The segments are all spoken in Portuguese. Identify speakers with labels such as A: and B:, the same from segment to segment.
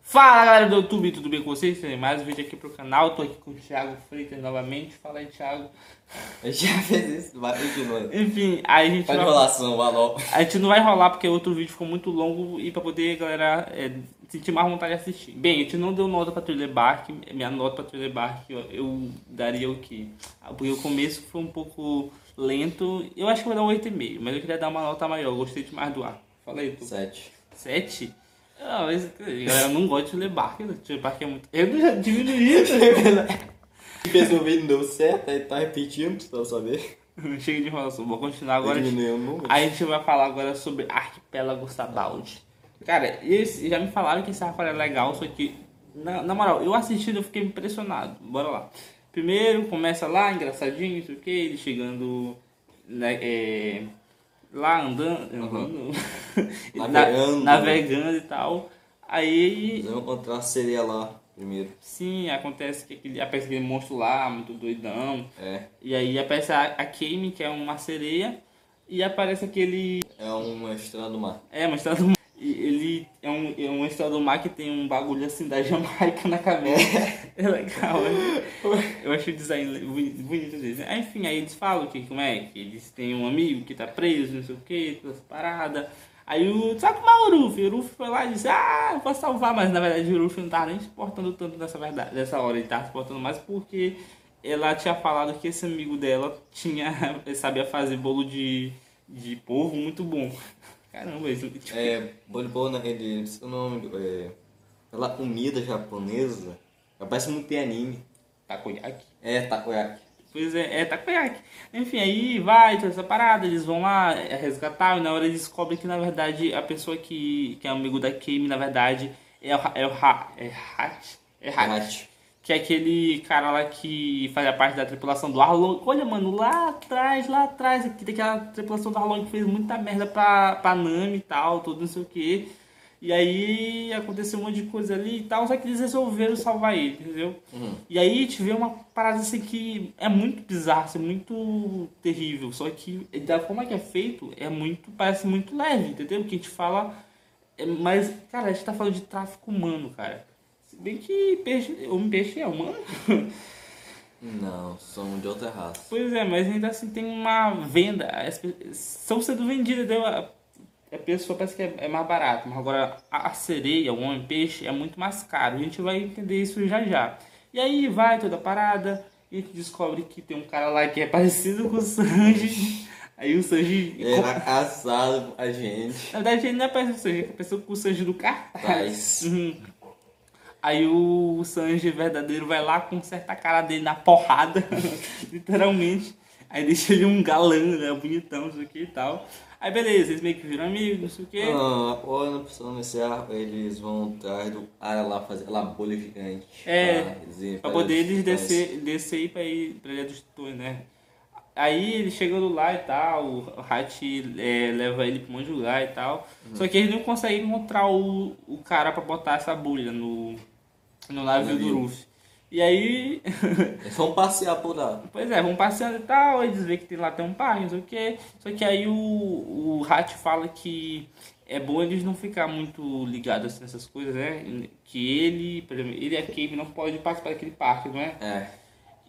A: Fala galera do YouTube, tudo bem com vocês? Tem mais um vídeo aqui pro canal, tô aqui com o Thiago Freitas novamente. Fala aí, Thiago.
B: Eu já fiz isso, mas continua.
A: Enfim, aí a gente
B: Faz
A: vai-
B: enrolação, alô.
A: A gente não vai rolar porque o outro vídeo ficou muito longo e pra poder, galera, é, sentir mais vontade de assistir. Bem, a gente não deu nota pra Thriller Bark. Minha nota pra Thriller Bark eu, eu daria o quê? Ah, Porque o começo foi um pouco lento. Eu acho que eu vou dar um 8,5, mas eu queria dar uma nota maior. eu Gostei demais do ar. Fala aí, tu.
B: Sete.
A: 7? Não, Ah, mas, galera, eu não gosto de Thriller Bark. né? Thriller Bark é muito... Eu já né, diminuí o Thriller Bark.
B: Fez o vídeo, deu certo, aí tá repetindo, pra eu saber.
A: Chega de enrolação, vou continuar agora.
B: Diminuiu o número.
A: A gente vai falar agora sobre Arquipélago Sabaldi. Cara, eles já me falaram que esse Rafael é legal, só que, na, na moral, eu assistindo eu fiquei impressionado. Bora lá. Primeiro começa lá, engraçadinho, não sei o que, ele chegando né, é, lá andando, andando na-
B: Navegando.
A: navegando e tal. Aí
B: Vamos encontrar a sereia lá primeiro.
A: Sim, acontece que aquele, aparece aquele monstro lá, muito doidão.
B: É.
A: E aí aparece a, a Kame, que é uma sereia. E aparece aquele.
B: É uma estrela do mar.
A: É, mas tá do mar. E Ele é um, é um estrela do mar que tem um bagulho assim da Jamaica na cabeça. É legal, né? Eu acho o design le- boni- bonito deles. né? Aí, Enfim, aí eles falam que como é? Que eles têm um amigo que tá preso, não sei o que, todas as paradas. Aí o. Sabe como é o Uruf? O Uruf foi lá e disse, ah, eu posso salvar, mas na verdade o Uruf não tava nem se importando tanto nessa, verdade, nessa hora, ele tava se importando mais porque ela tinha falado que esse amigo dela tinha. sabia fazer bolo de, de polvo muito bom. Caramba, isso. Tipo,
B: É, voleibol naquele, não sei o nome, é, aquela comida japonesa. Parece muito tem anime.
A: takoyaki.
B: É, takoyaki.
A: Pois é, é takoyaki. Enfim, aí vai, toda essa parada, eles vão lá é, resgatar, e na hora eles descobrem que, na verdade, a pessoa que, que é amigo da Kame, na verdade, é o, Ra- é o Ra- é Hat. É Hat.
B: Hachi.
A: Que é aquele cara lá que fazia parte da tripulação do Arlong. Olha, mano, lá atrás, lá atrás, aqui daquela tripulação do Arlong que fez muita merda pra, pra Nami e tal, tudo não sei o que. E aí aconteceu um monte de coisa ali e tal, só que eles resolveram salvar ele, entendeu?
B: Uhum.
A: E aí a gente vê uma parada assim que é muito bizarra, assim, muito terrível. Só que da forma que é feito, é muito. Parece muito leve, entendeu? Porque a gente fala. é, mas, cara, a gente tá falando de tráfico humano, cara. Se bem que peixe, homem peixe é humano.
B: Não, somos de outra raça.
A: pois é, mas ainda assim tem uma venda. As pe- São sendo vendidas, entendeu? A- A pessoa parece que é é mais barato, mas agora a a sereia, o homem peixe é muito mais caro. A gente vai entender isso já já. E aí vai toda a parada, e a gente descobre que tem um cara lá que é parecido com o Sanji. Aí o Sanji.
B: Ele era caçado a gente.
A: Na verdade, ele não é parecido com o Sanji, ele é parecido com o Sanji do cartaz.
B: Traz.
A: Uhum. Aí o Sanji verdadeiro vai lá, conserta a cara dele na porrada, literalmente. Aí deixa ele um galã, né, bonitão, isso aqui e tal. Aí beleza, eles meio que viram amigos, não sei o quê.
B: Não, após Ah, a opção desse ar, eles vão atrás do cara lá fazer aquela bolha gigante.
A: É,
B: dizer,
A: pra poder eles
B: fazer-
A: descer, descer e ir pra ir pra Ilha dos Titões, né? Aí ele chegando lá e tal, o Hachi é, leva ele pra um monte de lugar e tal. Só que eles não conseguem encontrar o, o cara pra botar essa bolha no, no navio do
B: Navio.
A: Luffy. E aí
B: Eles vão passear por lá.
A: Pois é, vão passeando e tal, eles veem que tem lá tem um parque, não sei o quê. Só que aí o, o Hat fala que é bom eles não ficar muito ligados assim, nessas coisas, né? Que ele, por exemplo, ele e a Cave não pode participar daquele parque, não é?
B: É.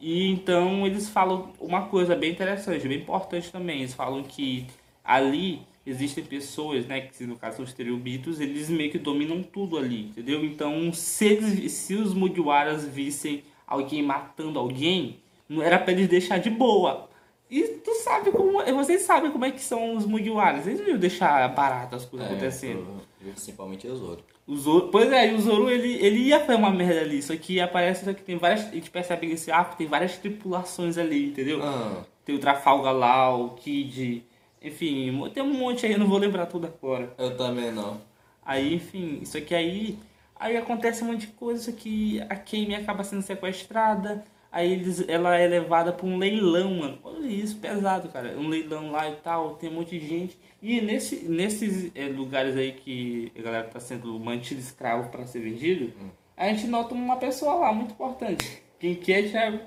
A: E então eles falam uma coisa bem interessante, bem importante também. Eles falam que ali existem pessoas, né, que no caso são os terubitos, eles meio que dominam tudo ali, entendeu? Então, se, eles, se os Mugiwaras vissem alguém matando alguém, não era pra eles deixar de boa. E tu sabe como, vocês sabem como é que são os Mugiwaras, eles não iam deixar barato as coisas acontecendo.
B: É, principalmente os outros.
A: O Zoro, pois é, e o Zoro ele, ele ia fazer uma merda ali, só que aparece só que tem várias. A gente percebe esse arco, tem várias tripulações ali, entendeu?
B: Ah,
A: Tem o Trafalgar lá, o Kid, enfim, mo- tem um monte aí, eu não vou lembrar tudo agora.
B: eu também não.
A: Aí, enfim, isso aqui aí. Aí acontece um monte de coisa, só que a Kame acaba sendo sequestrada. Aí eles, ela é levada pra um leilão, mano. Olha isso, pesado, cara. Um leilão lá e tal, tem um monte de gente. E nesse, nesses eh, lugares aí que a galera tá sendo mantida escravo pra ser vendido, a gente nota uma pessoa lá, muito importante. Quem que é, Thiago?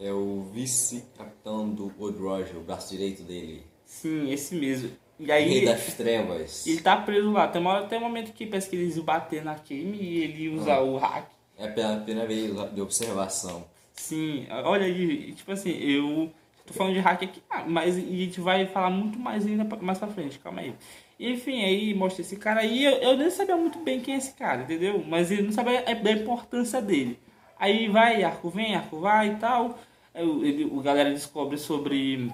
B: É o vice-capitão do Gold Roger, o braço direito dele.
A: Sim, esse mesmo. E aí
B: Rei das trevas.
A: ele tá preso lá. Tem uma hora, tem um momento que parece que eles iam bater na Kame e ele usa o hack.
B: É pela primeira vez de observação.
A: Sim, olha aí, tipo assim, eu tô falando de hack aqui, ah, mas e a gente vai falar muito mais ainda pra- mais pra frente, calma aí. Enfim, aí mostra esse cara aí, eu, eu nem sabia muito bem quem é esse cara, entendeu? Mas ele não sabia a- da importância dele. Aí vai, arco vem, arco vai e tal. Aí o- Ele, o galera descobre sobre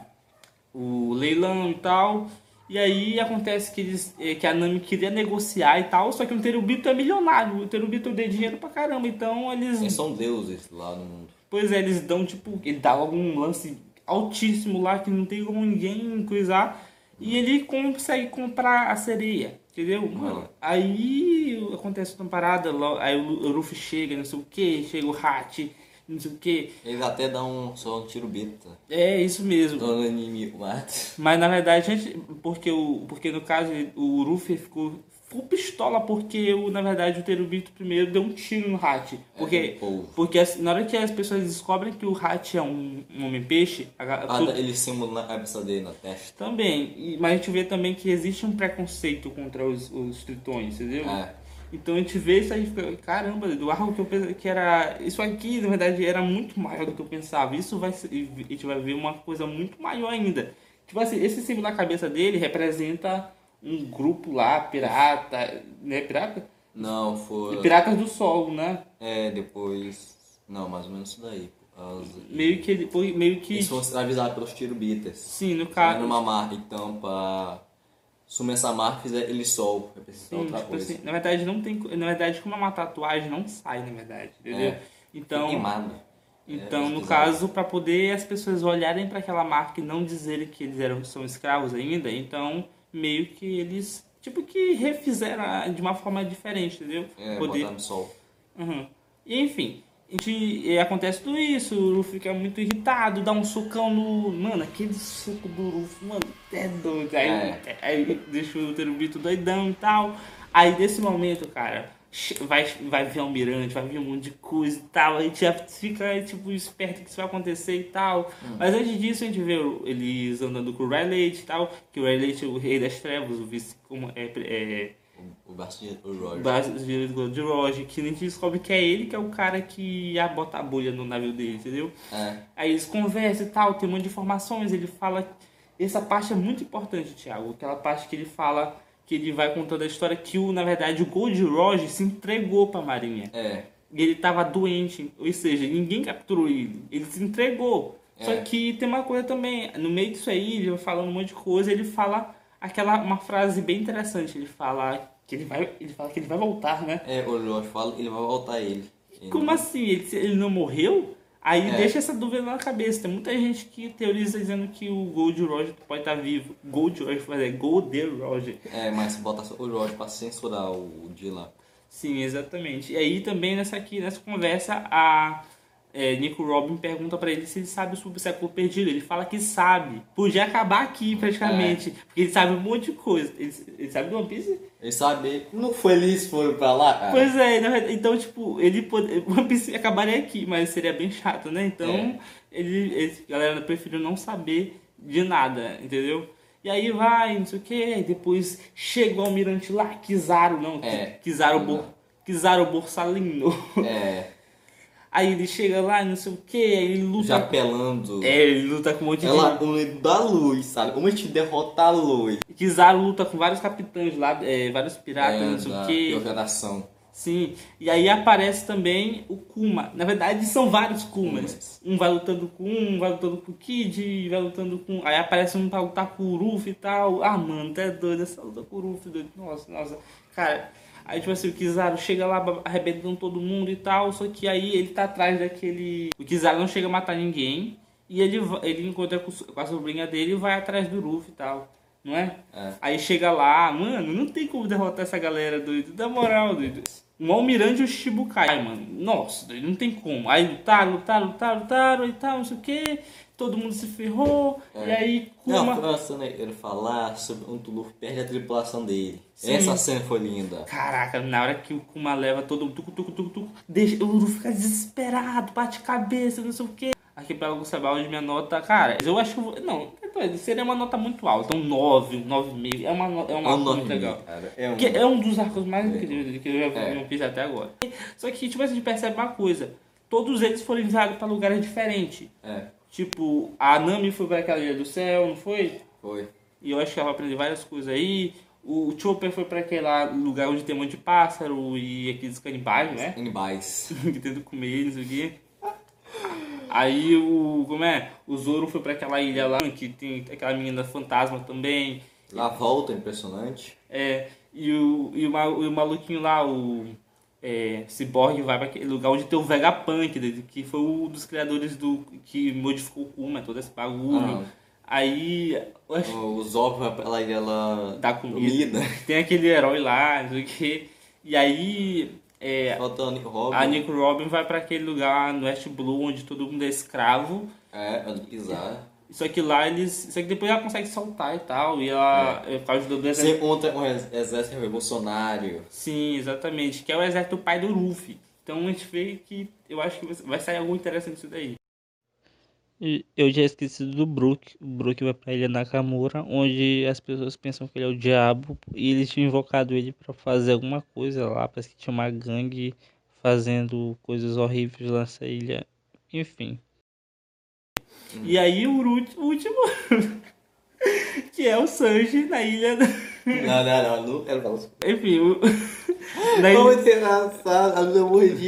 A: o leilão e tal. E aí acontece que, eles, eh, que a Nami queria negociar e tal, só que o Terubito é milionário, o Terubito deu dinheiro pra caramba, então eles
B: Eles são deuses lá no mundo.
A: Pois é, eles dão, tipo, ele dá logo um lance altíssimo lá que não tem como ninguém coisar. E ele consegue comprar a sereia, entendeu? Mano, aí acontece uma parada, lo- aí o Lu- o Luffy chega, não sei o que, chega o Hat, não sei o que.
B: Eles até dão um só um tiro bita.
A: É isso mesmo.
B: Todo inimigo mata.
A: Mas na verdade, a gente, porque, o, porque no caso o Luffy ficou full pistola porque o, na verdade o Terubito primeiro deu um tiro no Hat. Porque,
B: do é povo.
A: porque as- na hora que as pessoas descobrem que o Hat é um, um homem-peixe, a ga-
B: Ah,
A: tudo-
B: ele simula a cabeça dele na testa.
A: também. E- Mas a gente vê também que existe um preconceito contra os, os tritões, entendeu?
B: É.
A: Então a gente vê isso aí e fica, caramba, do algo que eu pensei que era. Isso aqui, na verdade, era muito maior do que eu pensava. Isso vai ser- A gente vai ver uma coisa muito maior ainda. Tipo assim, esse símbolo na cabeça dele representa um grupo lá, pirata. Né? Pirata?
B: Não, foi.
A: Piratas do Sol, né?
B: É, depois. Não, mais ou menos isso daí. por causa-
A: Meio que ele. foi- Meio que.
B: Eles foram avisados pelos tirubitas.
A: Sim, no
B: Cara,
A: caso.
B: numa marca, então, pra sumir essa marca, fizer ele sol. Vai precisar
A: Sim,
B: Então, outra
A: tipo
B: coisa.
A: assim, na verdade não tem. co- Na verdade, como é uma tatuagem, não sai, na verdade, entendeu?
B: É.
A: Então.
B: Queimado.
A: Então,
B: É,
A: no
B: pesquisado.
A: caso, para poder as pessoas olharem para aquela marca e não dizerem que eles eram são escravos ainda, então meio que eles tipo que refizeram a- de uma forma diferente, entendeu?
B: É,
A: poder.
B: botar no sol.
A: Uhum. E, enfim, a gente, e acontece tudo isso, o Luffy fica muito irritado, dá um socão no. Mano, aquele soco do Luffy, mano, é doido. Aí,
B: É.
A: aí deixa o Terubito doidão e tal. Aí nesse momento, cara, che- vai, vai vir almirante, vai vir um monte de coisa e tal. Aí já fica, tipo, esperto que isso vai acontecer e tal. Mas antes disso, a gente vê o- eles andando com o Rayleigh e tal, que o Rayleigh é o rei das trevas, o vice. Como, é, é,
B: O, o braço de o Roger.
A: brasileiro de Roger, que a gente descobre que é ele que é o cara que ia botar a bolha no navio dele, entendeu?
B: É.
A: Aí eles conversam e tal, tem um monte de informações, ele fala. Essa parte é muito importante, Thiago. Aquela parte que ele fala que ele vai contando a história que o, na verdade, o Gold Roger se entregou pra Marinha.
B: É.
A: E ele tava doente, ou seja, ninguém capturou ele. Ele se entregou. Só
B: É.
A: que tem uma coisa também, no meio disso aí, ele vai falando um monte de coisa, ele fala aquela uma frase bem interessante, ele fala que ele vai, ele fala que ele vai voltar, né?
B: É, o Roger fala, ele vai voltar ele. Ele-
A: Como assim? Ele, ele não morreu? Aí
B: É.
A: deixa essa dúvida na cabeça. Tem muita gente que teoriza dizendo que o Gold Roger pode estar vivo. Gold Roger, mas é Gold Roger.
B: É, mas bota só o Roger pra censurar o, o de lá.
A: Sim, exatamente. E aí também nessa aqui, nessa conversa, a é, Nico Robin pergunta pra ele se ele sabe sobre o século perdido. Ele fala que sabe. Podia acabar aqui
B: É.
A: praticamente. Porque ele sabe um monte de coisa. Ele, ele sabe do One Piece?
B: Ele sabe, não foi eles foram pra lá, cara.
A: Pois é, na verdade, então, tipo, ele pode... One Piece acabaria aqui, mas seria bem chato, né? Então,
B: É.
A: ele, ele- a galera preferiu não saber de nada, entendeu? E aí vai, não sei o que, aí depois chega o almirante lá, Kizaru, não,
B: É.
A: Kizaru, Bor, Kizaru Borsalino.
B: É,
A: Aí ele chega lá, não sei o que, aí ele luta...
B: já apelando.
A: É, ele luta com um monte
B: Ela
A: de...
B: une da luz, sabe? Uma te derrota a luz.
A: Kizaru luta com vários capitães lá, é, vários piratas, não sei
B: da
A: o que.
B: pior geração.
A: Sim, e aí aparece também o Kuma. Na verdade, são vários Kumas.
B: Kumas.
A: Um vai lutando com um, um vai lutando com o Kid, vai lutando com. Aí aparece um pra lutar com o Ruff e tal. Ah, mano, tá doido essa luta com o Ruff, doido. Nossa, nossa. Cara, aí tipo assim, o Kizaru chega lá ba- arrebentando todo mundo e tal. Só que aí ele tá atrás daquele. O Kizaru não chega a matar ninguém. E ele, va- ele encontra com so- com a sobrinha dele e vai atrás do Ruff e tal. Não é?
B: É.
A: Aí chega lá, mano, não tem como derrotar essa galera, doido. Da moral, doido. Um almirante e o Shibukai, mano. Nossa, doido, não tem como. Aí lutaram, lutaram, lutaram, lutaram e tal, não sei o que. Todo mundo se ferrou. E aí, Kuma.
B: É. Não, foi uma cena que eu quero falar sobre um Tuluff perde a tripulação dele.
A: Sim.
B: Essa cena foi linda.
A: Caraca, na hora que o Kuma leva todo mundo, tucu, tucu, tucu, tucu, deixa, o Uru fica desesperado, bate cabeça, não sei o que. Arquipélago Sebald, minha nota, cara, eu acho que. eu vou- Não, é seria uma nota muito alta, um 9, um 9,5. É uma, no- é
B: É
A: uma
B: um
A: nota
B: nome
A: muito legal.
B: cara. É um.
A: Que é um dos arcos mais incríveis que eu já
B: É.
A: não fiz até agora. Só que, tipo, a gente percebe uma coisa. Todos eles foram enviados pra lugares diferentes.
B: É,
A: Tipo, a Nami foi pra aquela Ilha do Céu, não foi?
B: foi.
A: E eu acho que ela vai aprender várias coisas aí. O Chopper foi pra aquele lá lugar onde tem um monte de pássaro e aqueles canibais, né?
B: Inbais.
A: que tenta comer, não sei o quê. Aí o. Como é? O Zoro foi pra aquela ilha lá, que tem aquela menina fantasma também.
B: Lá volta, impressionante.
A: É, e, o, e, o, ma- e o maluquinho lá, o é, Cyborg, vai pra aquele lugar onde tem o Vegapunk, né, que foi um dos criadores do que modificou o Kuma, todo esse bagulho.
B: Ah.
A: Aí, eu acho
B: O Zop vai pra lá e ela.
A: Dá comida.
B: comida.
A: que tem aquele herói lá, não sei o quê. E aí, é,
B: Falta a Nick Robin.
A: a Nick Robin vai pra aquele lugar no West Blue, onde todo mundo é escravo.
B: É, a Nick Pizarro.
A: Só que lá eles. Só que depois ela consegue soltar e tal. E ela é. faz do
B: Você
A: deserto.
B: encontra um ex- exército revolucionário.
A: Sim, exatamente. Que é o exército do pai do Luffy. Então a gente vê que. Eu acho que vai- vai sair algo interessante disso daí.
C: E Eu já esqueci do Brook. O Brook vai pra Ilha Nakamura, onde as pessoas pensam que ele é o diabo. E eles tinham invocado ele pra fazer alguma coisa lá. Parece que tinha uma gangue fazendo coisas horríveis lá nessa ilha. Enfim.
A: E aí o ru- o último. que é o Sanji na ilha.
B: Não, não, não, não quero falar isso.
A: Enfim, o. na ilha...
B: Muito engraçado, eu não morri de
A: O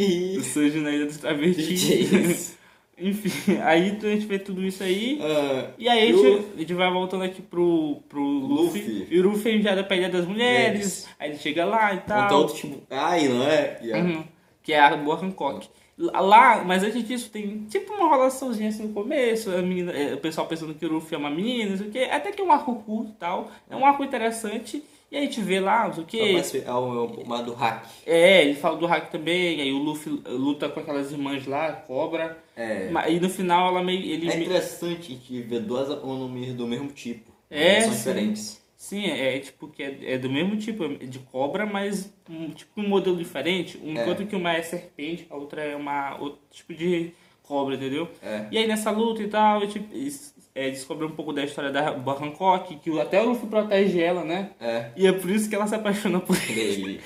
B: rir.
A: Sanji na ilha dos
B: é
A: travestis.
B: Gente.
A: Enfim, aí então a gente vê tudo isso aí.
B: Ah,
A: E aí a
B: eu-
A: gente, a gente vai voltando aqui pro, pro Luffy.
B: Luffy.
A: E o Luffy é enviado pra Ilha das Mulheres. Aí ele chega lá e
B: Um
A: tal.
B: tal de tipo. Ai, não é? Yeah.
A: Tá. Uhum. que é a Boa Hancock. Lá, mas antes disso tem tipo uma rolaçãozinha assim no começo, a menina, é, o pessoal pensando que o Luffy é uma menina, não sei o quê. Até que é um arco curto e tal. É um arco interessante. E aí a gente vê lá, não sei o
B: Só
A: quê.
B: parece- É o é o mais do hack.
A: É, ele fala do hack também, aí o Luffy eh, luta com aquelas irmãs lá, cobra.
B: É.
A: Ma- E no final ela meio. Ele
B: É
A: me-
B: interessante que ver duas economias do mesmo tipo.
A: É,
B: São
A: sim.
B: diferentes.
A: Sim, é, é tipo que é, é do mesmo tipo é de cobra, mas um tipo um modelo diferente. Um,
B: É.
A: Enquanto que uma é serpente, a outra é uma outro tipo de cobra, entendeu?
B: É.
A: E aí nessa luta e tal, a gente é, descobre um pouco da história da Boa Hancock, que o- até o Luffy protege ela, né?
B: É.
A: E é por isso que ela se apaixona por ele.
B: Dele.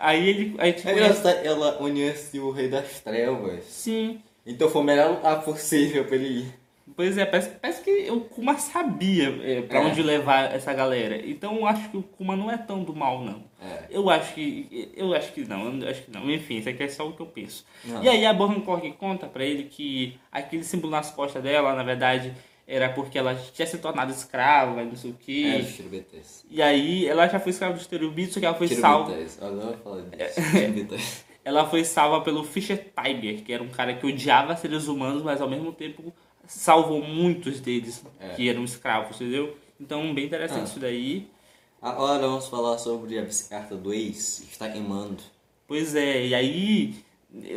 A: Aí ele. Aí, tipo,
B: É engraçado, ela uniu-se o Rei das Trevas.
A: Sim.
B: Então foi o melhor lugar possível pra ele ir.
A: Pois é, parece, parece que o Kuma sabia é, pra
B: É.
A: onde levar essa galera. Então eu acho que o Kuma não é tão do mal, não.
B: É.
A: Eu acho que. Eu acho que não, eu acho que não. Enfim, isso aqui é só o que eu penso.
B: Não.
A: E aí a Bohan Cork conta pra ele que aquele símbolo nas costas dela, na verdade, era porque ela tinha se tornado escrava, não sei o quê.
B: É, os tirubitas.
A: E aí ela já foi escrava dos Terubitos, só que ela foi É. salva.
B: Tirubitas. Agora eu falo disso. Tirubitas.
A: Ela foi salva pelo Fischer Tiber, que era um cara que odiava seres humanos, mas ao mesmo tempo salvou muitos deles
B: É.
A: que eram escravos, entendeu? Então, bem interessante
B: Ah.
A: isso daí.
B: Agora vamos falar sobre a bicicleta do ex. que Está queimando.
A: Pois é, e aí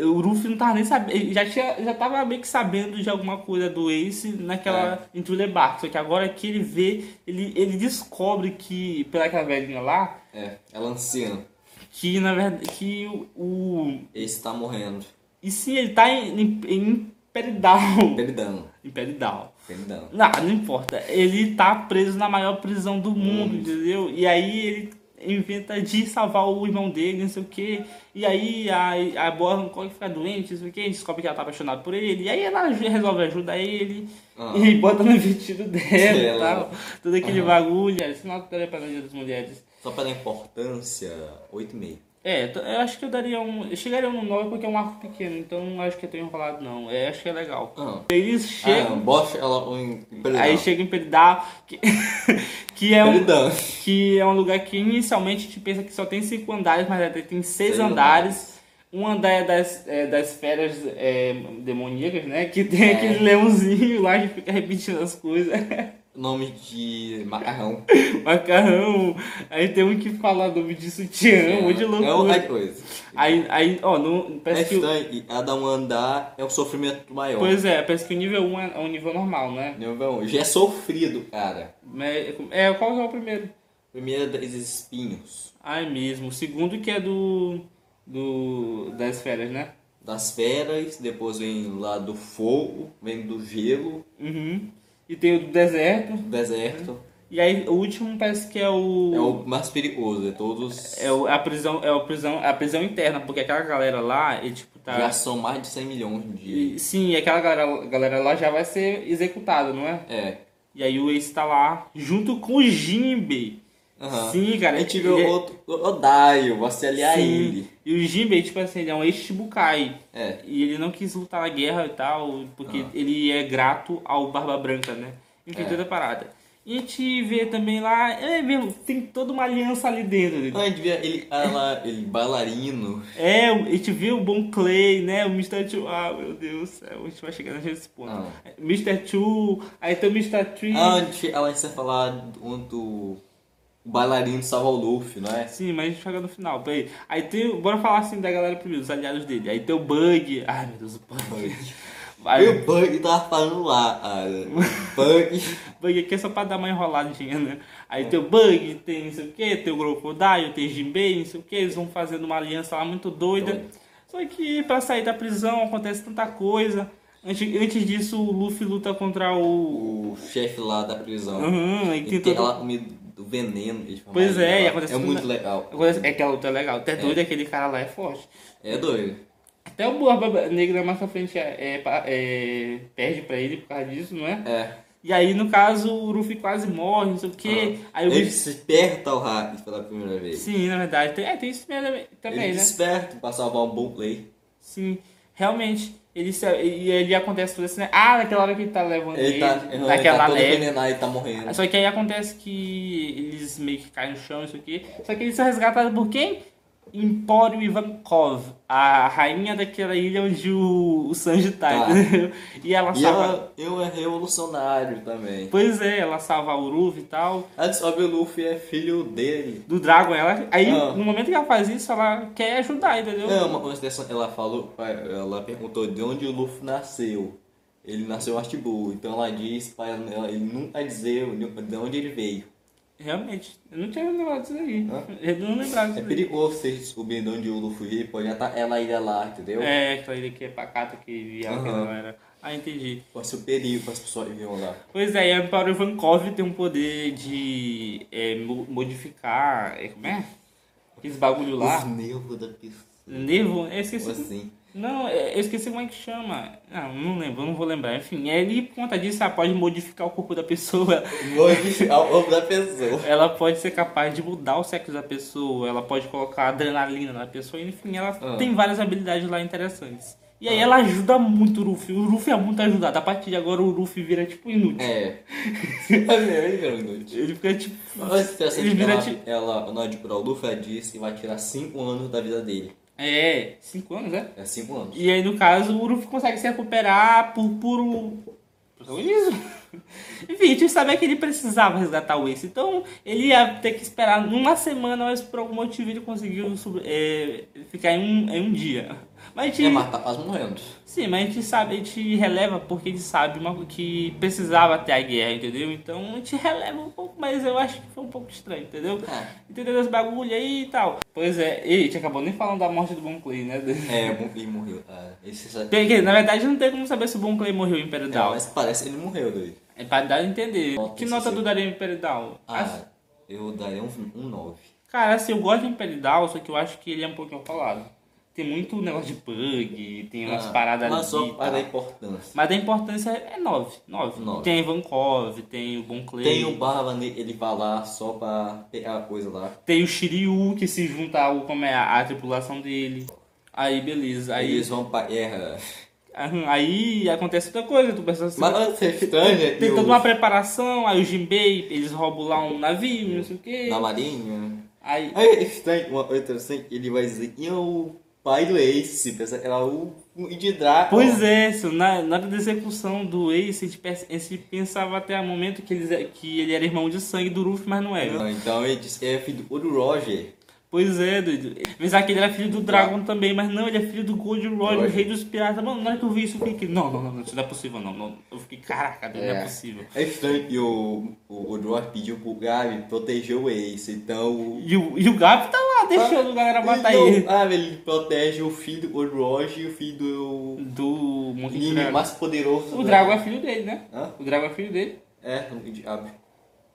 A: o Ruffy não tava nem sabendo, já, tinha, já tava meio que sabendo de alguma coisa do Ace naquela é. Entruler Bark, só que agora que ele vê, ele, ele descobre que, pelaquela velhinha lá,
B: É. Ela anciã.
A: que na verdade, que o... o-
B: Esse tá morrendo.
A: e sim, ele tá em, em, em Peridal.
B: Peridão.
A: Em Peridal.
B: Peridão.
A: Não, não importa. Ele tá preso na maior prisão
B: Hum.
A: do mundo, entendeu? E aí ele inventa de salvar o irmão dele, não sei o quê. E aí a, a boa Hancock fica doente, não sei o quê. Descobre que ela tá apaixonada por ele. E aí ela aj- resolve ajudar ele
B: Ah.
A: e bota no vestido dela e
B: Ela.
A: tal. Todo aquele
B: Aham.
A: bagulho. Esse não é para das mulheres.
B: Só pela importância, 8,5.
A: É, t- eu acho que eu daria um. Eu chegaria no 9 porque é um arco pequeno, então não acho que é tão enrolado, não. É, acho que é legal.
B: Ah.
A: Eles
B: Ah,
A: chegam.
B: bosta ela um peridão.
A: Aí chega em Peridal, que, que é um,
B: Peridão.
A: que é um lugar que inicialmente a gente pensa que só tem cinco andares, mas até tem seis
B: Seis
A: andares. Um andar é das, é, das feras é, demoníacas, né? Que tem
B: É.
A: aquele leãozinho lá que fica repetindo as coisas.
B: Nome de macarrão.
A: Macarrão. Aí tem um que fala nome de sutiã, um monte de
B: É outra
A: loucura.
B: coisa.
A: Aí, aí ó, não,
B: É
A: parece que... o-
B: estranho, e a dar um andar é um sofrimento maior.
A: Pois é, parece que o nível 1 é é um nível normal, né?
B: Meu irmão, já é sofrido, cara.
A: Mas- É, qual que é o primeiro?
B: Primeiro, das espinhos.
A: Ah, é mesmo. O segundo que é do... do das feras, né?
B: das feras, depois vem lá do fogo, vem do gelo,
A: Uhum. E tem o do deserto.
B: do deserto.
A: E aí o último parece que é
B: É
A: o.
B: o mais perigoso, é todos.
A: É o- a prisão, é o prisão, a prisão interna, porque aquela galera lá, ele tipo tá.
B: Já são mais de 100 milhões de.
A: E- sim, e aquela galera, galera lá já vai ser executada, não é?
B: É.
A: E aí o Ace tá lá, junto com o Jimbe.
B: Aham.
A: Sim, cara.
B: A gente
A: ele
B: vê
A: é-
B: o outro. O Daio, você aliar
A: sim.
B: ele.
A: E o Jinbei, tipo assim, ele é um ex-Shibukai.
B: É.
A: E ele não quis lutar na guerra e tal, porque
B: Ah.
A: ele é grato ao Barba Branca, né? Enfim,
B: É.
A: toda a parada. E a gente vê também lá, é mesmo, tem toda uma aliança ali dentro. né?
B: Não, Então, a gente vê ele, ela, ele bailarino.
A: É, a gente vê o Bon Clay, né? O Mr. Two. Ah, meu Deus do céu, a gente vai chegar nesse ponto.
B: Ah.
A: Mr. Two, aí tem o Mr. Three.
B: Ah, onde ela ia falar onde o o bailarino salva o Luffy, não é?
A: Sim, assim, mas a gente chega no final, peraí. Aí tem. o- Bora falar assim da galera primeiro, dos aliados dele. Aí tem o Bug. Ai, meu Deus, o Bug. Aí,
B: Aí o Bug tava falando lá, cara. Bug.
A: Bug aqui é só pra dar uma enroladinha, né? Aí tem o Bug, tem não sei o que, tem o Crocodile, tem o Jinbei, não sei o que, eles vão fazendo uma aliança lá muito doida.
B: Doido.
A: Só que pra sair da prisão acontece tanta coisa. Antes, antes disso, o Luffy luta contra o.
B: O chefe lá da prisão.
A: Uhum, aí
B: Ele
A: tem
B: tem
A: todo...
B: ela comida do veneno. eles falam,
A: Pois é,
B: "Ah,
A: e acontece
B: É
A: tudo
B: muito
A: na-
B: legal.
A: Agora, É que a luta é legal. Até doido, aquele cara lá é forte.
B: É doido.
A: Até o Barba Negra mais pra frente é, é pa- é, perde pra ele por causa disso, não é?
B: É.
A: E aí, no caso, o Luffy quase morre, não sei o quê. Aí o
B: Ah. ele
A: bicho-
B: desperta o Hades pela primeira vez.
A: Sim, na verdade. Tem, é, tem isso mesmo também,
B: ele
A: né?
B: desperta pra salvar um bom play.
A: Sim, realmente. Ele, se- e ele acontece tudo assim, né? Ah, naquela hora que ele tá levando ele,
B: Ele tá, ele
A: naquela
B: tá todo
A: neve.
B: envenenado e tá morrendo.
A: Só que aí acontece que eles meio que caem no chão, isso aqui. Só que eles são resgatados por quem? Empório Ivankov, a rainha daquela ilha onde o, o Sanji tá,
B: Tá.
A: entendeu? E ela
B: E
A: salva.
B: ela, eu é revolucionário também.
A: Pois é, ela salva o Ruff e tal.
B: Ela descobre que o Luffy é filho dele.
A: Do Dragon, ela. Aí,
B: Ah.
A: no momento que ela faz isso, ela quer ajudar, entendeu?
B: É uma consideração. Ela falou, ela perguntou de onde o Luffy nasceu. Ele nasceu em West Blue, então ela diz pra ela, ele nunca dizer de onde ele veio.
A: Realmente, eu não tinha lembrado disso aí.
B: Hã?
A: Eu não lembrava disso
B: Ah. É
A: aí.
B: perigoso você descobrir de onde o Luffy veio, pode atar ela ilha lá, entendeu?
A: É, aquela ilha que é pacata que ela que
B: Aham.
A: não era. Ah, entendi.
B: Pode ser o perigo para as pessoas viram lá.
A: Pois é, e a Emporio Vankov tem um poder de é, mo- modificar. É, como é? Aqueles bagulho
B: Os
A: lá.
B: nervos da pessoa.
A: Nervo? Eu esqueci.
B: Ou assim.
A: Não, é, eu esqueci como é que chama. Não, não lembro, eu não vou lembrar. Enfim, é, ele por conta disso ela pode modificar o corpo da pessoa.
B: Modificar o ovo da pessoa.
A: Ela pode ser capaz de mudar o sexo da pessoa, ela pode colocar adrenalina na pessoa, enfim, ela
B: Ah.
A: tem várias habilidades lá interessantes. E aí ela ajuda muito o Luffy, o Luffy é muito ajudado, a partir de agora o Luffy vira tipo inútil.
B: É. É mesmo,
A: Ele fica tipo.
B: Mas interessante
A: Ele
B: que
A: vira
B: ela,
A: ti-
B: ela, na hora de curar o Luffy, ela disse que vai tirar 5 anos da vida dele.
A: É, 5 anos, né?
B: É 5 anos.
A: E aí no caso o Luffy consegue se recuperar por puro. protagonismo. Enfim, a gente sabia que ele precisava resgatar o Ace, então ele ia ter que esperar uma semana, mas por algum motivo ele conseguiu sobre- é, ficar em um, em um dia. Mas a gente-
B: É, mas tá quase morrendo.
A: Sim, mas a gente sabe, a gente releva porque a gente sabe uma, que precisava ter a guerra, entendeu? Então a gente releva um pouco, mas eu acho que foi um pouco estranho, entendeu?
B: É.
A: Entendeu esse bagulho aí e tal. Pois é, e a gente acabou nem falando da morte do Bon Clay, né?
B: É, o Luffy morreu. Ah, esse já...
A: Tem que- Na verdade não tem como saber se o Bon Clay morreu em Império
B: É,
A: Down.
B: mas parece que ele morreu, doido.
A: É pra dar a entender.
B: Nota
A: que nota
B: esse
A: tu daria em Império Down? As-
B: Ah, eu daria um 9. Um nove.
A: Cara, assim, eu gosto de Império Down, só que eu acho que ele é um pouquinho falado. Tem muito negócio de bug, tem umas
B: Ah,
A: paradas
B: Mas
A: ali tá. e
B: só
A: tal.
B: para dar importância.
A: Mas a importância é 9. 9.
B: Nove.
A: Tem Ivankov, tem o Bon Clay,
B: Tem o Barba, ne- ele vai lá só pra pegar a coisa lá.
A: tem o Shiryu que se junta ao, como é, a tripulação dele. Aí beleza, aí,
B: Eles vão pra guerra.
A: aham, aí acontece outra coisa, tu pensa assim.
B: Mas olha, você é estranha.
A: tem
B: e
A: toda
B: o-
A: uma preparação, aí o Jinbei, eles roubam lá um navio, não sei o quê.
B: Na marinha.
A: Aí,
B: Aí é estranho, uma coisa interessante, ele vai dizer que é o pai do Ace, pensa que era o um o Ididraco.
A: Pois é, isso, na, na hora da execução do Ace, a gente, perce- a gente pensava até o momento é, que, eles, que ele era irmão de sangue do Luffy, mas não era.
B: é Então ele disse que é filho do Ouro Roger.
A: Pois é, doido. Pensava que ele era filho do Dragon também, mas não, ele é filho do Gold Roger, o
B: Roger.
A: rei dos piratas. Mano, na hora que eu vi isso, eu fiquei. Não, não, não, não, isso não é possível, não. não. Eu fiquei, caraca, doido, não é
B: É.
A: possível.
B: É estranho que o, o, o Droid pediu pro Gabi proteger o Ace, então...
A: E o, e o Gabi tá lá, deixando a galera matar
B: Então,
A: ele.
B: Ah, ele protege o filho do Roger e o filho do
A: Do Monte de
B: inimigo
A: Dragon.
B: mais poderoso.
A: O
B: da-
A: Drago é filho dele, né?
B: Hã?
A: O Drago é filho dele.
B: É, o diabo.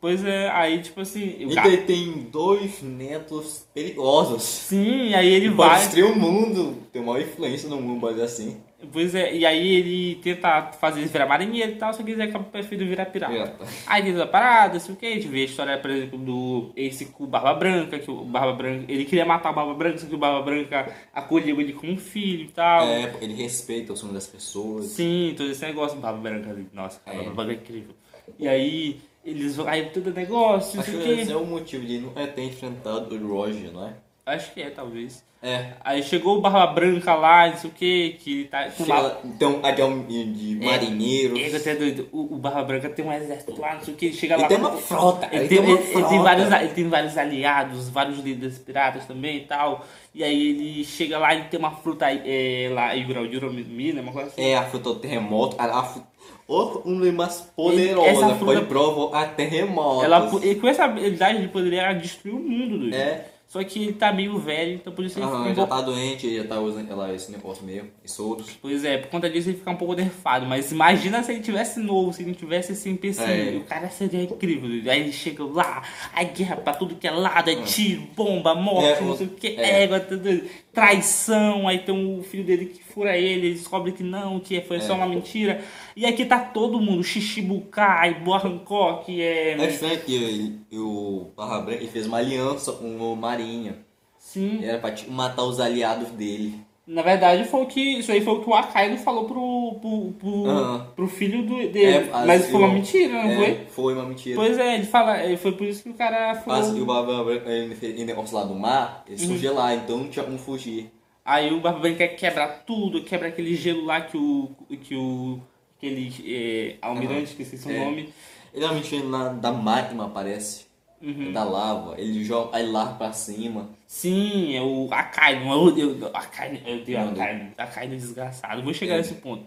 A: Pois é, aí tipo assim. O
B: Então
A: Gabi...
B: ele tem dois netos perigosos.
A: Sim, aí ele
B: Ele
A: vai.
B: pode destruir o mundo, tem uma influência no mundo, mas assim.
A: Pois é, e aí ele tenta fazer ele virar marinheiro e tal, só que ele acaba preferindo virar pirata.
B: Pirata.
A: Aí tem toda a parada, não sei o que, a gente vê a história, por exemplo, do esse com o Barba Branca, que o Barba Branca. Ele queria matar o Barba Branca, só que o Barba Branca acolheu ele como um filho e tal.
B: É, ele respeita o sonho das pessoas.
A: Sim, todo esse negócio do Barba Branca ali. Nossa, cara,
B: É.
A: o Barba Branca é incrível. E aí eles vão. Aí todo negócio, não
B: Acho
A: sei
B: que
A: o quê.
B: esse é o motivo de ele não é ter enfrentado o Roger, não é?
A: Acho que é, talvez.
B: É.
A: Aí chegou o Barba Branca lá, não sei o que, que ele tá. com uma-
B: Chega- Então, até um de marinheiro.
A: É, até doido. O, o Barba Branca tem um exército lá, não sei o que, ele chega
B: Ele
A: lá.
B: tem uma frota.
A: Ele tem,
B: uma
A: ele- ele tem
B: frota.
A: vários, ele tem vários aliados, vários líderes piratas também e tal. E aí ele chega lá e tem uma fruta é, lá, Yura, Yura, Mina, uma coisa assim.
B: É, a fruta do terremoto. A, a, fru- outra, uma das um mais poderosas.
A: Essa fruta-
B: Pode provocar terremotos.
A: Ela, po- e com essa habilidade ele poderia destruir o mundo, doido.
B: É.
A: Só que ele tá meio velho, então por isso ele
B: Aham,
A: fica um
B: já
A: pouco-
B: tá doente, já tá usando ela, esse negócio meio. Isso outros.
A: Pois é, por conta disso ele fica um pouco nerfado. Mas imagina se ele tivesse novo, se ele não tivesse esse empecilho.
B: É.
A: O cara seria incrível, doido. Aí ele chega lá, a guerra pra tudo que é lado, é tiro, bomba, morte,
B: É,
A: não
B: o-
A: sei o que,
B: é.
A: égua, tudo, traição. Aí tem o filho dele que fura ele, ele descobre que não, que é, foi
B: É.
A: só uma mentira. E aqui tá todo mundo, Shichibukai, Boa Hancock, é...
B: É estranho que ele- o Barra Branca ele fez uma aliança com o Marinha.
A: Sim.
B: Era pra tipo, matar os aliados dele.
A: Na verdade, foi o que, isso aí foi o que o Akainu falou pro, pro, pro,
B: Aham.
A: pro filho do, dele.
B: É,
A: Mas
B: assim,
A: foi uma
B: o-
A: mentira, não
B: É,
A: foi?
B: Foi uma mentira.
A: Pois é, ele fala, é, foi por isso que o cara foi.
B: Mas e o Barba Branca, ele fez ele eh, negócio lá do mar,
A: Uhum.
B: ele surgia lá, então não tinha como fugir.
A: Aí o Barba Branca quebra tudo, quebra aquele gelo lá que o. que o. aquele é, almirante, que esqueci o
B: É.
A: nome.
B: Ele era mentindo na, da magma, parece.
A: Uhum.
B: Da lava. Ele joga aí lá pra cima.
A: Sim, é o Akainu, eu odeio. Akainu, eu odeio
B: Não,
A: Akainu. Akainu é desgraçado, vou chegar nesse ponto.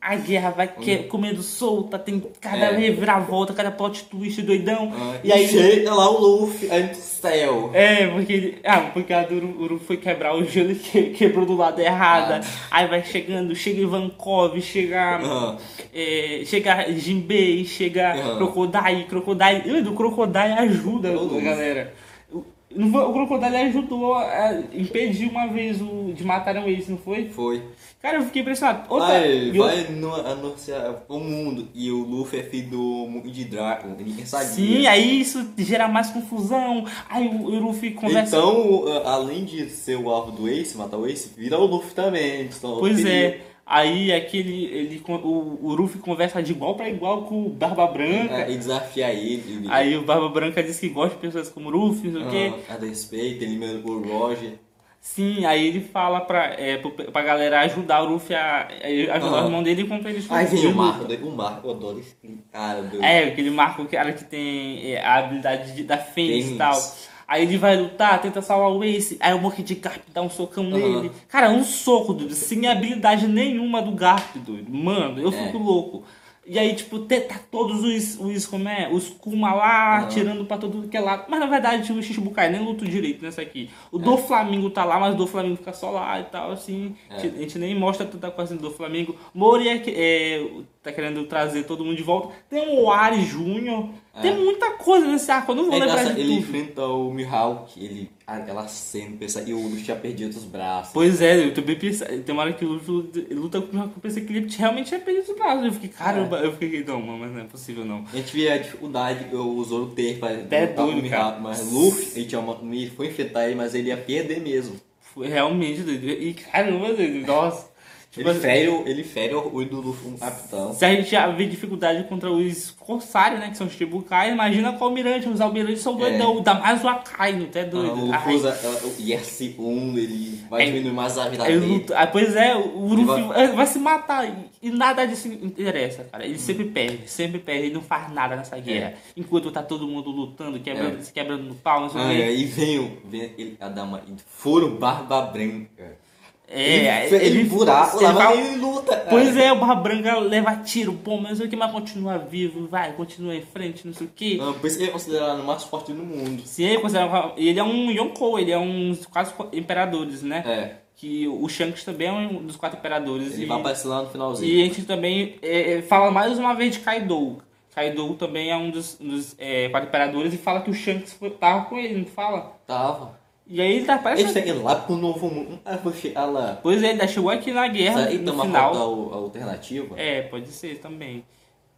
A: A guerra vai que- comendo solta, tem cada
B: É.
A: reviravolta, cada plot twist doidão.
B: Ah,
A: e aí.
B: chega lá o Luffy, aí do céu.
A: É, porque ele. Ah, porque a do Uru Uru foi quebrar o gelo e que- quebrou do lado errada. Aí vai chegando, chega Ivankov, chega.
B: Ah.
A: é, chega Jinbei, chega
B: Ah.
A: Crocodile, Crocodile. Eu, do Crocodile ajuda
B: Todo
A: a
B: mundo.
A: galera. O, não foi- o Crocodile ajudou a impedir uma vez o, de matarem eles, não foi?
B: Foi.
A: Cara, eu fiquei impressionado. Outra,
B: Vai,
A: e outra-
B: vai no, anunciar o mundo. E o Luffy é filho do mundo de Draco. Ninguém sabia.
A: Sim, aí isso gera mais confusão. Aí o Luffy conversa.
B: Então, o- a- além de ser o alvo do Ace, matar o Ace, vira o Luffy também. eles estão
A: Pois
B: perigo.
A: é. Aí aquele ele con- o, o Ruffy conversa de igual pra igual com o Barba Branca.
B: É, E desafia ele. ele-
A: Aí o Barba Branca diz que gosta de pessoas como o Ruffy, não sei o quê.
B: ah, a respeito, ele mesmo o Roger.
A: Sim, aí ele fala pra, é, pro- pra galera ajudar o Ruffy a, a ajudar
B: Aham.
A: o irmão dele enquanto eles
B: Ah. Aí vem o
A: de luta.
B: Marco, daí- o Marco, eu adoro esse cara, meu Deus.
A: É, aquele Marco que era que tem é, a habilidade de- da Fênix e
B: Fênix.
A: tal. Aí ele vai lutar, tenta salvar o Ace, aí o Monkey de Garp dá um socão nele. Cara, um soco, doido, sem habilidade nenhuma do Garp, doido. Mano, eu
B: É.
A: fico louco. E aí, tipo, te- tá todos os, os, como é, os Kuma lá,
B: Aham.
A: tirando pra todo que é lado. Mas na verdade o Shichibukai nem luta direito nessa aqui.
B: É.
A: O do Flamengo tá lá, mas o do Flamengo fica só lá e tal, assim.
B: É.
A: A gente- A gente nem mostra tanta coisa assim do Flamengo. Mori é, que- é, tá querendo trazer todo mundo de volta. Tem o Ari Júnior. Tem muita coisa nesse arco, eu não vou
B: É
A: lembrar
B: engraçado,
A: de
B: ele
A: tudo.
B: enfrenta o Mihawk, ele, ah, ela sendo, pensa, e o Luffy tinha perdido os braços.
A: Pois é, eu também pensei. Tem uma hora que o Luffy luta com o Mihawk, eu pensei que ele realmente é tinha perdido os braços. Eu fiquei, caramba, eu fiquei, não, mano, mas não é possível não.
B: A gente vê a dificuldade que o Zoro teve pra
A: Até
B: lutar com o
A: doido, É cara.
B: Mihawk, mas Luffy, ele, tinha uma, ele foi enfrentar ele, mas ele ia perder mesmo.
A: Foi realmente doido. E caramba, doido, nossa. Tipo, assim,
B: Ele fere, o- ele fere o orgulho do Luffy como capitão.
A: Se a gente já vê dificuldade contra os corsários, né? Que são os Chibukai, imagina com o almirante. Os almirantes são doidão. Dá mais o Akainu, até
B: É. Ah, o
A: é doido.
B: Luffy
A: Ai. É,
B: usa ah, o IR-1, ele vai
A: Aí-
B: diminuir mais a vida
A: Aí o
B: dele.
A: Luffy- ah, pois é, o
B: Ele
A: Luffy vai... se matar e- e nada disso interessa, cara. Ele sempre perde, sempre perde, ele não faz nada nessa guerra. Enquanto tá todo mundo lutando, quebrando,
B: É.
A: se quebrando no pau, não sei o
B: Ah,
A: quê.
B: é, e vem, o- vem ele, a dama, e fura o Barba Branca.
A: É,
B: ele, ele, buraco
A: ele
B: lá,
A: vai-
B: mas ele luta. cara.
A: Pois é, o Barra Branca leva tiro, bom, mas o que mais continua vivo, vai, continua em frente, não sei o quê.
B: Ah, por isso que ele é considerado o mais forte do mundo.
A: Se ele considerar. Ele é um Yonkou, ele é um dos quatro imperadores, né?
B: É,
A: Que o Shanks também é um dos quatro imperadores.
B: ele
A: e...
B: vai aparecer lá no
A: E a
B: finalzinho.
A: gente também é, é, fala mais uma vez de Kaido. Kaido também é um dos, dos é, quatro imperadores e fala que o Shanks foi, tava com ele, não fala?
B: Tava.
A: E aí ele tá
B: Eles
A: aparecendo.
B: têm que ir lá pro novo mundo. Ah, vou chegar lá.
A: Pois é, ele ainda chegou aqui na guerra
B: Sabe,
A: no
B: então, uma
A: final.
B: rota al- alternativa.
A: É, pode ser também.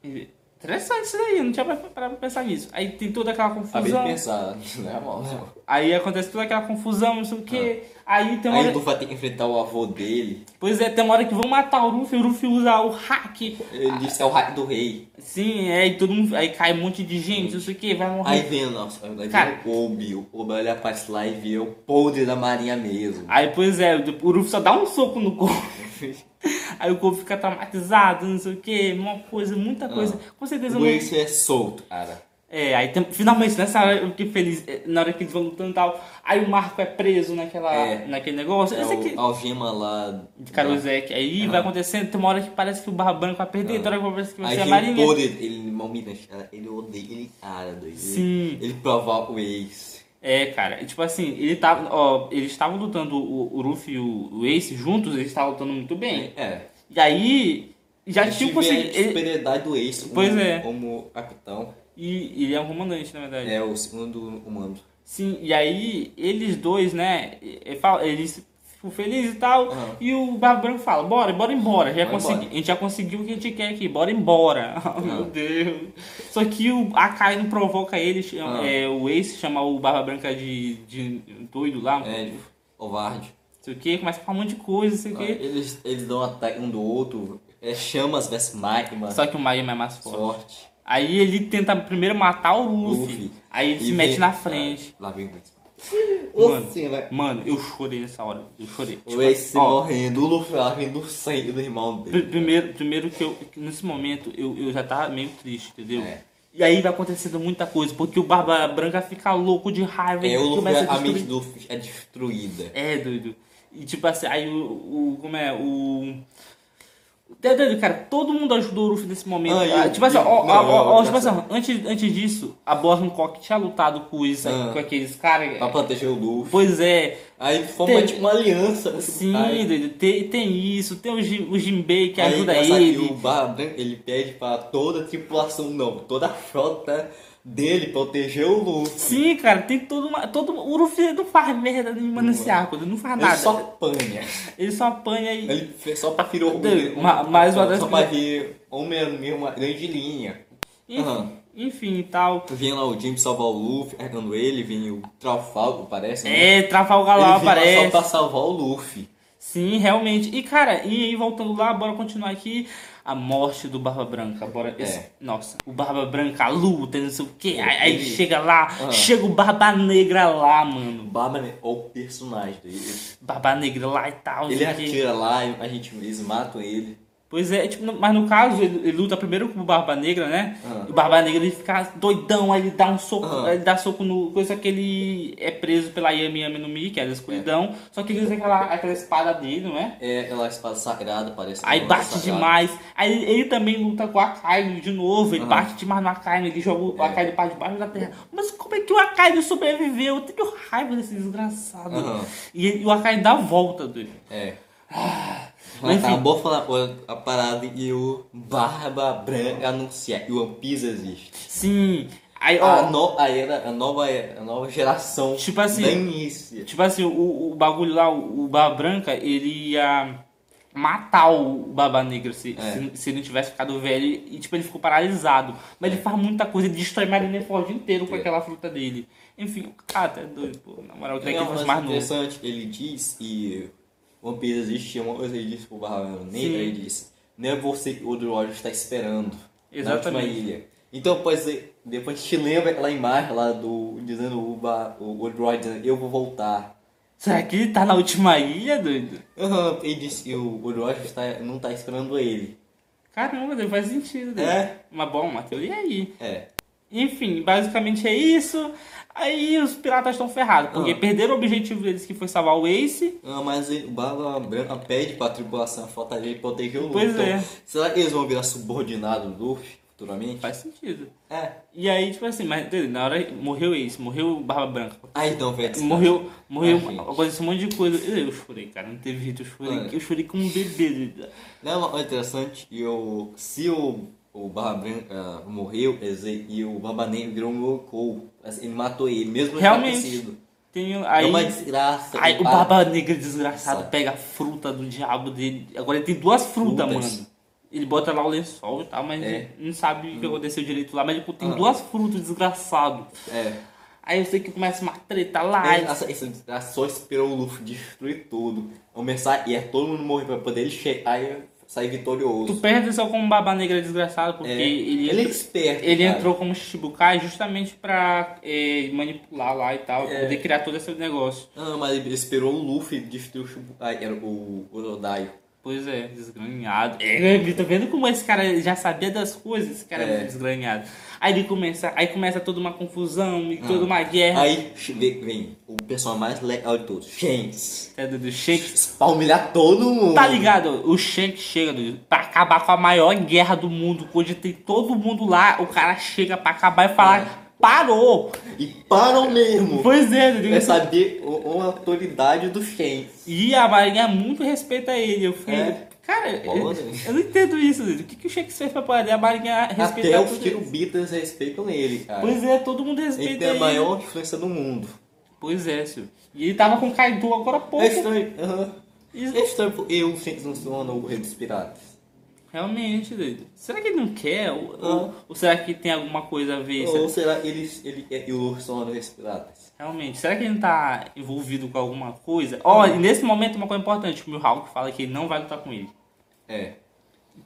A: E- Interessante isso daí, eu não tinha parado pra pensar nisso. Aí tem toda aquela
B: Acabei de
A: confusão.
B: pensar, não é mal, não.
A: Aí acontece toda aquela confusão, não sei o que. Aí tem uma
B: Ah. Aí
A: hora.
B: o Luffy vai ter que enfrentar o avô dele.
A: Pois é, tem uma hora que vão matar o Luffy, o Luffy usa o hack. Ah.
B: Ele diz que é o raio do rei.
A: Sim, é, e todo mundo. Aí cai um monte de gente, não sei o que, vai morrer.
B: Aí vem, nossa, aí vem
A: Cara.
B: o Obi. O Obi olha pra esse lá e vê o podre da marinha mesmo.
A: Aí, pois é, o Rufo só dá um soco no corpo. Aí o corpo fica traumatizado, não sei o que, uma coisa,
B: Ah.
A: muita coisa. Com certeza
B: O
A: não.
B: Ace é solto, cara.
A: É, aí tem- finalmente nessa hora eu fiquei feliz, é, na hora que eles vão lutando e tal. Aí o Marco é preso naquela,
B: É.
A: naquele negócio.
B: É
A: Esse aqui,
B: o algema lá.
A: de Karozek. Aí vai acontecendo, tem uma hora que parece que o Barra Branca vai perder, tem hora que parece que é vai
B: Aí
A: ser a
B: vem o
A: Marinha.
B: podre, ele mal me deixa, cara. Ele odeia, ele ara doido. Ele-
A: Sim.
B: Ele provoca o Ace.
A: É, cara, e tipo assim, ele tava, ó, eles estavam lutando, o, o Ruff e o, o Ace juntos, eles estavam lutando muito bem.
B: É.
A: E aí, já tinham
B: Tive a
A: conseguido. ele-
B: superioridade do Ace como-
A: Pois é.
B: como capitão.
A: E ele é um comandante, na verdade.
B: É o segundo comando.
A: Sim, e aí eles dois, né? e- e fala- Eles ficam felizes e tal.
B: Aham.
A: E o Barba Branca fala: bora, bora embora. Já
B: Bora
A: consegui,
B: embora.
A: A gente já conseguiu o que a gente quer aqui, bora embora. Oh, meu
B: Aham.
A: Deus. Só que o Akai não provoca ele, chama-
B: Aham.
A: é, o Ace chama o Barba Branca de, de doido lá, não
B: É, ele- covarde.
A: sei o que, começa a falar um monte de coisa, não sei o que.
B: Eles, eles dão um ataque um do outro. É chamas versus magma.
A: Só que o Maia é mais forte.
B: Sorte.
A: Aí ele tenta primeiro matar o Luffy.
B: Luffy.
A: Aí ele
B: E
A: se mete
B: vem-
A: na frente.
B: Ah, Lá vem o Ace.
A: Mano.
B: Assim, né?
A: Mano, eu chorei nessa hora. Eu chorei. Tipo,
B: O Ace
A: Ó,
B: morrendo, o Luffy lá vindo do sangue do irmão
A: Pri-
B: dele.
A: Primeiro, primeiro que eu, que nesse momento eu, eu já tava meio triste, entendeu?
B: É.
A: E aí vai acontecendo muita coisa, porque o Barba Branca fica louco de raiva.
B: É,
A: ele
B: o Luffy,
A: começa
B: a
A: destruir-
B: mente do Luffy é destruída.
A: É, doido. E tipo assim, aí o. o- como é? O. É doido, cara, todo mundo ajudou o Luffy nesse momento.
B: Ah, e
A: Ah,
B: o-
A: tipo assim,
B: e-
A: ó, ó,
B: não,
A: ó,
B: não,
A: ó,
B: não,
A: tipo assim,
B: não.
A: ó, antes, antes disso, a Boston Cock tinha lutado com, isso,
B: Ah.
A: com aqueles caras.
B: Pra proteger o Luffy.
A: Pois é,
B: Aí forma
A: Teve-
B: tipo uma aliança.
A: sim,
B: Aí-
A: doido, tem, tem isso, tem o, Jim, o Jinbei que
B: aí
A: ajuda
B: engraçado que
A: ele.
B: o Barba Branca, ele pede pra toda a tripulação, não, toda a frota dele proteger o Luffy.
A: Sim, cara, tem todo uma. Todo, um, o Luffy não faz merda nenhuma nesse arco, ele não faz nada.
B: Ele só apanha.
A: Ele só apanha e.
B: Ele fez só pra virar o
A: Dele, ma- mais uma das
B: Só pra vir homem mesmo, uma grande linha.
A: Enfim,
B: Aham.
A: enfim e tal.
B: Vem lá o Jim salvar o Luffy, arcando ele, vem o Trafalgo, parece. né?
A: É, Trafalgar
B: ele
A: lá
B: vem lá só
A: aparece.
B: pra salvar o Luffy.
A: Sim, realmente. E cara, e aí voltando lá, bora continuar aqui. A morte do Barba Branca. Bora.
B: É.
A: esse- Nossa, o Barba Branca a luta, não sei o quê. Aí, aí
B: Ele-
A: chega lá,
B: Ah.
A: chega o Barba Negra lá, mano.
B: Barba é o personagem dele.
A: Barba Negra lá e tal. não
B: Ele
A: sei
B: é
A: o quê.
B: atira lá, a gente, eles matam ele.
A: Pois é, tipo, no- mas no caso, ele, ele luta primeiro com o Barba Negra, né?
B: Ah.
A: E O Barba Negra ele fica doidão, aí ele dá um soco,
B: Ah.
A: aí ele dá soco no. Coisa que ele é preso pela Yami Yami no Mi, que é da escuridão. Só que ele usa aquela, aquela espada dele, não é?
B: É aquela espada sagrada, parece.
A: Aí
B: uma
A: bate
B: sagrada.
A: demais. Aí ele, ele também luta com o Akainu de novo. Ele
B: Ah. É.
A: bate demais no Akainu, ele joga o Akainu para debaixo da terra. Mas como é que o Akainu sobreviveu? Eu tenho raiva desse desgraçado.
B: Ah.
A: E, ele- e o Akainu dá a volta dele.
B: É.
A: Mas
B: Mas
A: enfim.
B: acabou falando a parada e o Barba Branca anuncia que o One Piece existe.
A: Sim. Aí, ó.
B: a, no, a, era, a, nova, era- a nova geração
A: Tipo assim,
B: da início.
A: Tipo assim, o, o bagulho lá, o, o Barba Branca, ele ia matar o Barba Negra se,
B: É.
A: se, se ele não tivesse ficado velho. E tipo, ele ficou paralisado. Mas ele faz muita coisa, ele destrói Marinha Forte inteiro com
B: É.
A: aquela fruta dele. Enfim, o cara tá doido, pô. Na moral, eu queria
B: É
A: que ele
B: uma
A: fosse
B: coisa
A: mais novo.
B: interessante, ele diz e vampiros existiam, uma coisa ele disse pro Barba
A: Sim.
B: Negra, ele disse, não é você que o Drolho está esperando na última
A: Exatamente.
B: ilha. Então, pois é, depois a gente lembra aquela imagem lá do, dizendo o, Ba- o, o Droid dizendo, eu vou voltar.
A: Será que ele tá na última ilha, doido?
B: Aham, ele disse que o, o Droid está, não está esperando ele.
A: Caramba, doido, faz sentido, doido.
B: É.
A: Mas bom, uma teoria aí.
B: É,
A: Enfim, basicamente é isso. Aí os piratas estão ferrados, porque
B: Ah.
A: perderam o objetivo deles que foi salvar o Ace.
B: Ah, mas ele- o Barba Branca pede pra tripulação a falta dele proteger o Luffy.
A: Pois
B: Então,
A: é.
B: Será que eles vão virar subordinado do Luffy futuramente?
A: Faz sentido.
B: É.
A: E aí, tipo assim, mas entendeu? na hora morreu o Ace, morreu o Barba Branca.
B: Ah, então, velho.
A: Morreu, morreu,
B: Ai, É, gente. É.
A: aconteceu um monte de coisa. Eu chorei, cara, não teve jeito, eu chorei.
B: Olha.
A: Eu chorei como um bebê. doido.
B: Não, mas é interessante. E o, se o, o Barba Branca ah, morreu, quer dizer, e o Barba Negra virou um louco, ele matou ele, mesmo
A: Realmente.
B: enfraquecido.
A: Tem, um,
B: É
A: aí,
B: uma ah. desgraça.
A: aí o
B: cara.
A: Barba Negra desgraçado
B: Sabe.
A: pega a fruta do diabo dele. Agora ele tem duas frutas,
B: Frutas.
A: mano. Ele bota lá o lençol e tal, mas
B: É.
A: não sabe o que aconteceu direito lá. Mas tipo, tem
B: Ah.
A: duas frutas, desgraçado.
B: É.
A: Aí eu sei que começa uma treta lá.
B: Ele- Né? essa, essa desgraça só esperou o Luffy destruir tudo. Começar, e é todo mundo morrer pra poder ele chegar aí sair
A: Tu
B: vitorioso.
A: perde só como um Barba Negra desgraçado, porque
B: É.
A: ele,
B: Ele é esperto,
A: ele
B: cara.
A: entrou como Shichibukai justamente pra eh, manipular lá e tal,
B: É.
A: poder criar todo esse negócio.
B: Ah, mas ele esperou o Luffy destruir o Shibukai, era o, o Odaio.
A: Pois é, desgranhado. É, tá vendo como esse cara já sabia das coisas? Esse cara é,
B: É.
A: muito desgranhado. Aí ele começa, aí começa toda uma confusão e
B: Ah.
A: toda uma guerra.
B: Aí che- vem, vem o pessoal mais legal de todos, Shanks.
A: Até É, do, do Shanks.
B: Pra humilhar todo mundo.
A: Tá ligado? O Shanks chega do, pra acabar com a maior guerra do mundo, onde tem todo mundo lá, o cara chega pra acabar e
B: Ah.
A: falar, parou!
B: E param mesmo.
A: Pois é, Dudu.
B: É saber o- a autoridade do Shanks.
A: E a Marinha muito respeita ele. Eu fui.
B: É.
A: Cara, eu,
B: Foda.
A: eu não entendo isso. Dudu. O que, que o Shakespeare fez pra poder a Marinha É respeitar
B: Até os
A: tudo isso?
B: tirubitas respeitam ele, cara.
A: Pois é, todo mundo
B: ele
A: respeita
B: tem a
A: ele.
B: maior influência do mundo.
A: Pois é, Silvio. E ele tava com o Kaido agora há pouco.
B: É estranho. aham.
A: Isso-
B: É estranho porque o Shanks não se torna o rei dos piratas.
A: Realmente, doido. Será que ele não quer? Ou,
B: Ah.
A: ou- ou será que tem alguma coisa a ver? Será-
B: Ou será que ele, ele é- e o Luffy são os reis dos piratas?
A: Realmente, será que ele não tá envolvido com alguma coisa? Ó, e nesse momento uma coisa importante, o Mihawk fala que ele não vai lutar com ele.
B: É.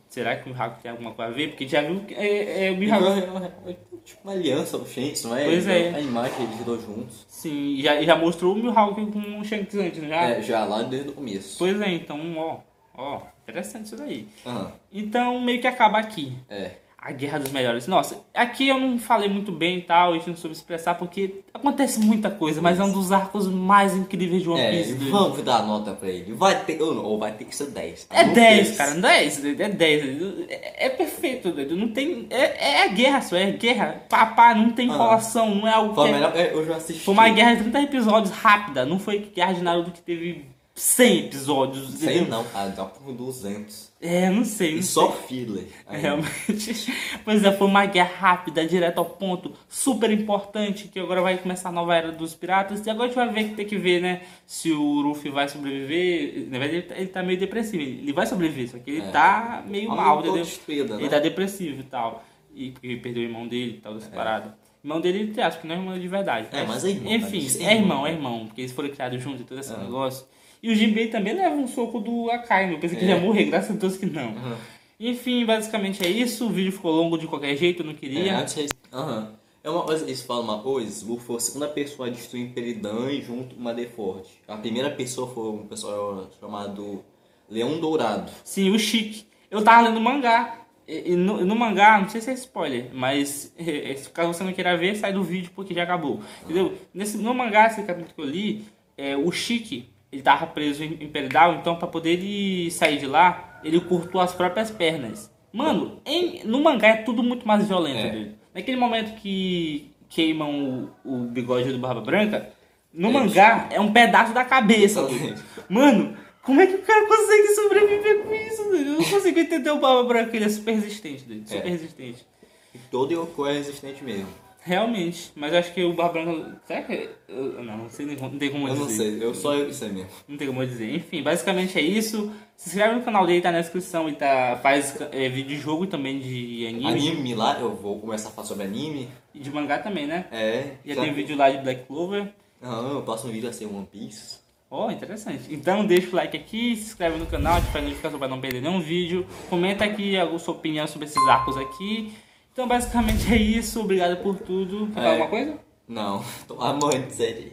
A: Será que o Mihawk tem alguma coisa a ver? Porque já viu que é, é, o Mihawk
B: Então, é- é- é tipo uma aliança, o Shanks, não é?
A: Pois é.
B: A imagem eles dois juntos.
A: Sim, e já, já mostrou o Mihawk com o Shanks antes, não já?
B: É, já lá desde o começo.
A: Pois é, então, ó, ó, interessante isso daí.
B: Aham,
A: Então, meio que acaba aqui.
B: é.
A: A Guerra dos Melhores. Nossa, aqui eu não falei muito bem e tal, a gente não soube expressar, porque acontece muita coisa, mas é um dos arcos mais incríveis de One
B: É,
A: Piece. doido.
B: vamos dar nota pra ele. Vai ter, ou, não, ou vai ter que ser 10. tá?
A: É
B: Não
A: 10,
B: fez.
A: cara, 10, é 10. doido. É, é perfeito, doido. Não tem. É, é a guerra só, é guerra. Papá, não tem
B: Ah.
A: enrolação, não é algo
B: Foi
A: que
B: a
A: é-
B: melhor, é, eu já assisti.
A: Foi uma guerra de 30 episódios rápida, não foi guerra de Naruto que teve 100 episódios.
B: Sei
A: entendeu?
B: não, ah, dá por 200.
A: É, não sei. Não sei. É,
B: E só filler. Aí,
A: Realmente. Pois é, foi uma guerra rápida, direto ao ponto, super importante, que agora vai começar a nova era dos piratas. E agora a gente vai ver que tem que ver, né? Se o Luffy vai sobreviver. Na verdade, ele tá, ele tá meio depressivo. Ele ele vai sobreviver, só que ele
B: É.
A: tá meio
B: Uma
A: mal,
B: luta
A: entendeu?
B: destruída, né?
A: Ele tá depressivo e tal. E porque ele perdeu o irmão dele e tal, dessa parada. Irmão dele, ele acho que não é irmão de verdade.
B: É, mas é irmão, né?
A: Enfim,
B: cara, isso
A: é irmão, é irmão, porque eles foram criados juntos e todo esse negócio. E o Jinbei também leva um soco do Akainu. Eu pensei que
B: É.
A: ele ia morrer, graças a Deus que não.
B: Aham.
A: Enfim, basicamente é isso. O vídeo ficou longo de qualquer jeito, eu não
B: É,
A: queria.
B: antes eles- aham. É uma coisa, eles falam uma coisa, Luffy foi a segunda pessoa a destruir Imperidan e junto com uma Deford. A primeira pessoa foi um pessoal chamado Leão Dourado.
A: Sim, o Chique. Eu tava lendo mangá. E, e no, no mangá, não sei se é spoiler, mas é, é, se caso você não queira ver, sai do vídeo porque já acabou. Entendeu? Nesse, no mangá, esse capítulo que eu li, é, o Chique, ele tava preso em, em Peridal, então pra poder ele sair de lá, ele cortou as próprias pernas. Mano, em- no mangá é tudo muito mais violento.
B: É.
A: doido. Naquele momento que queimam o, o bigode do Barba Branca, no
B: É,
A: mangá é um pedaço da cabeça.
B: Exatamente.
A: doido. Mano, como é que o cara consegue sobreviver com isso? doido? Eu não consigo entender o Barba Branca, ele é super resistente, doido. super
B: É.
A: resistente.
B: E todo Yoko é resistente mesmo.
A: Realmente, mas eu acho que o Barba Branca. Será que. eu- não, não sei nem como- não tem como
B: Eu
A: dizer.
B: não sei, eu só eu sei mesmo.
A: Não tem como eu dizer. Enfim, basicamente é isso. Se inscreve no canal dele, tá na descrição. Ele tá, faz é, vídeo de jogo também de anime,
B: Anime lá, eu vou começar a falar sobre anime.
A: E de mangá também, né?
B: É.
A: Já
B: sabe?
A: tem vídeo lá de Black Clover.
B: Aham, eu faço um vídeo assim, One Piece.
A: Oh, interessante. Então deixa o like aqui, se inscreve no canal, ativa a notificação para não perder nenhum vídeo. Comenta aqui a sua opinião sobre esses arcos aqui. Então basicamente é isso. Obrigado por tudo. Quer falar
B: É.
A: alguma coisa?
B: Não, tomar muito sério.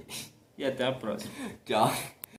A: E até a próxima.
B: Tchau.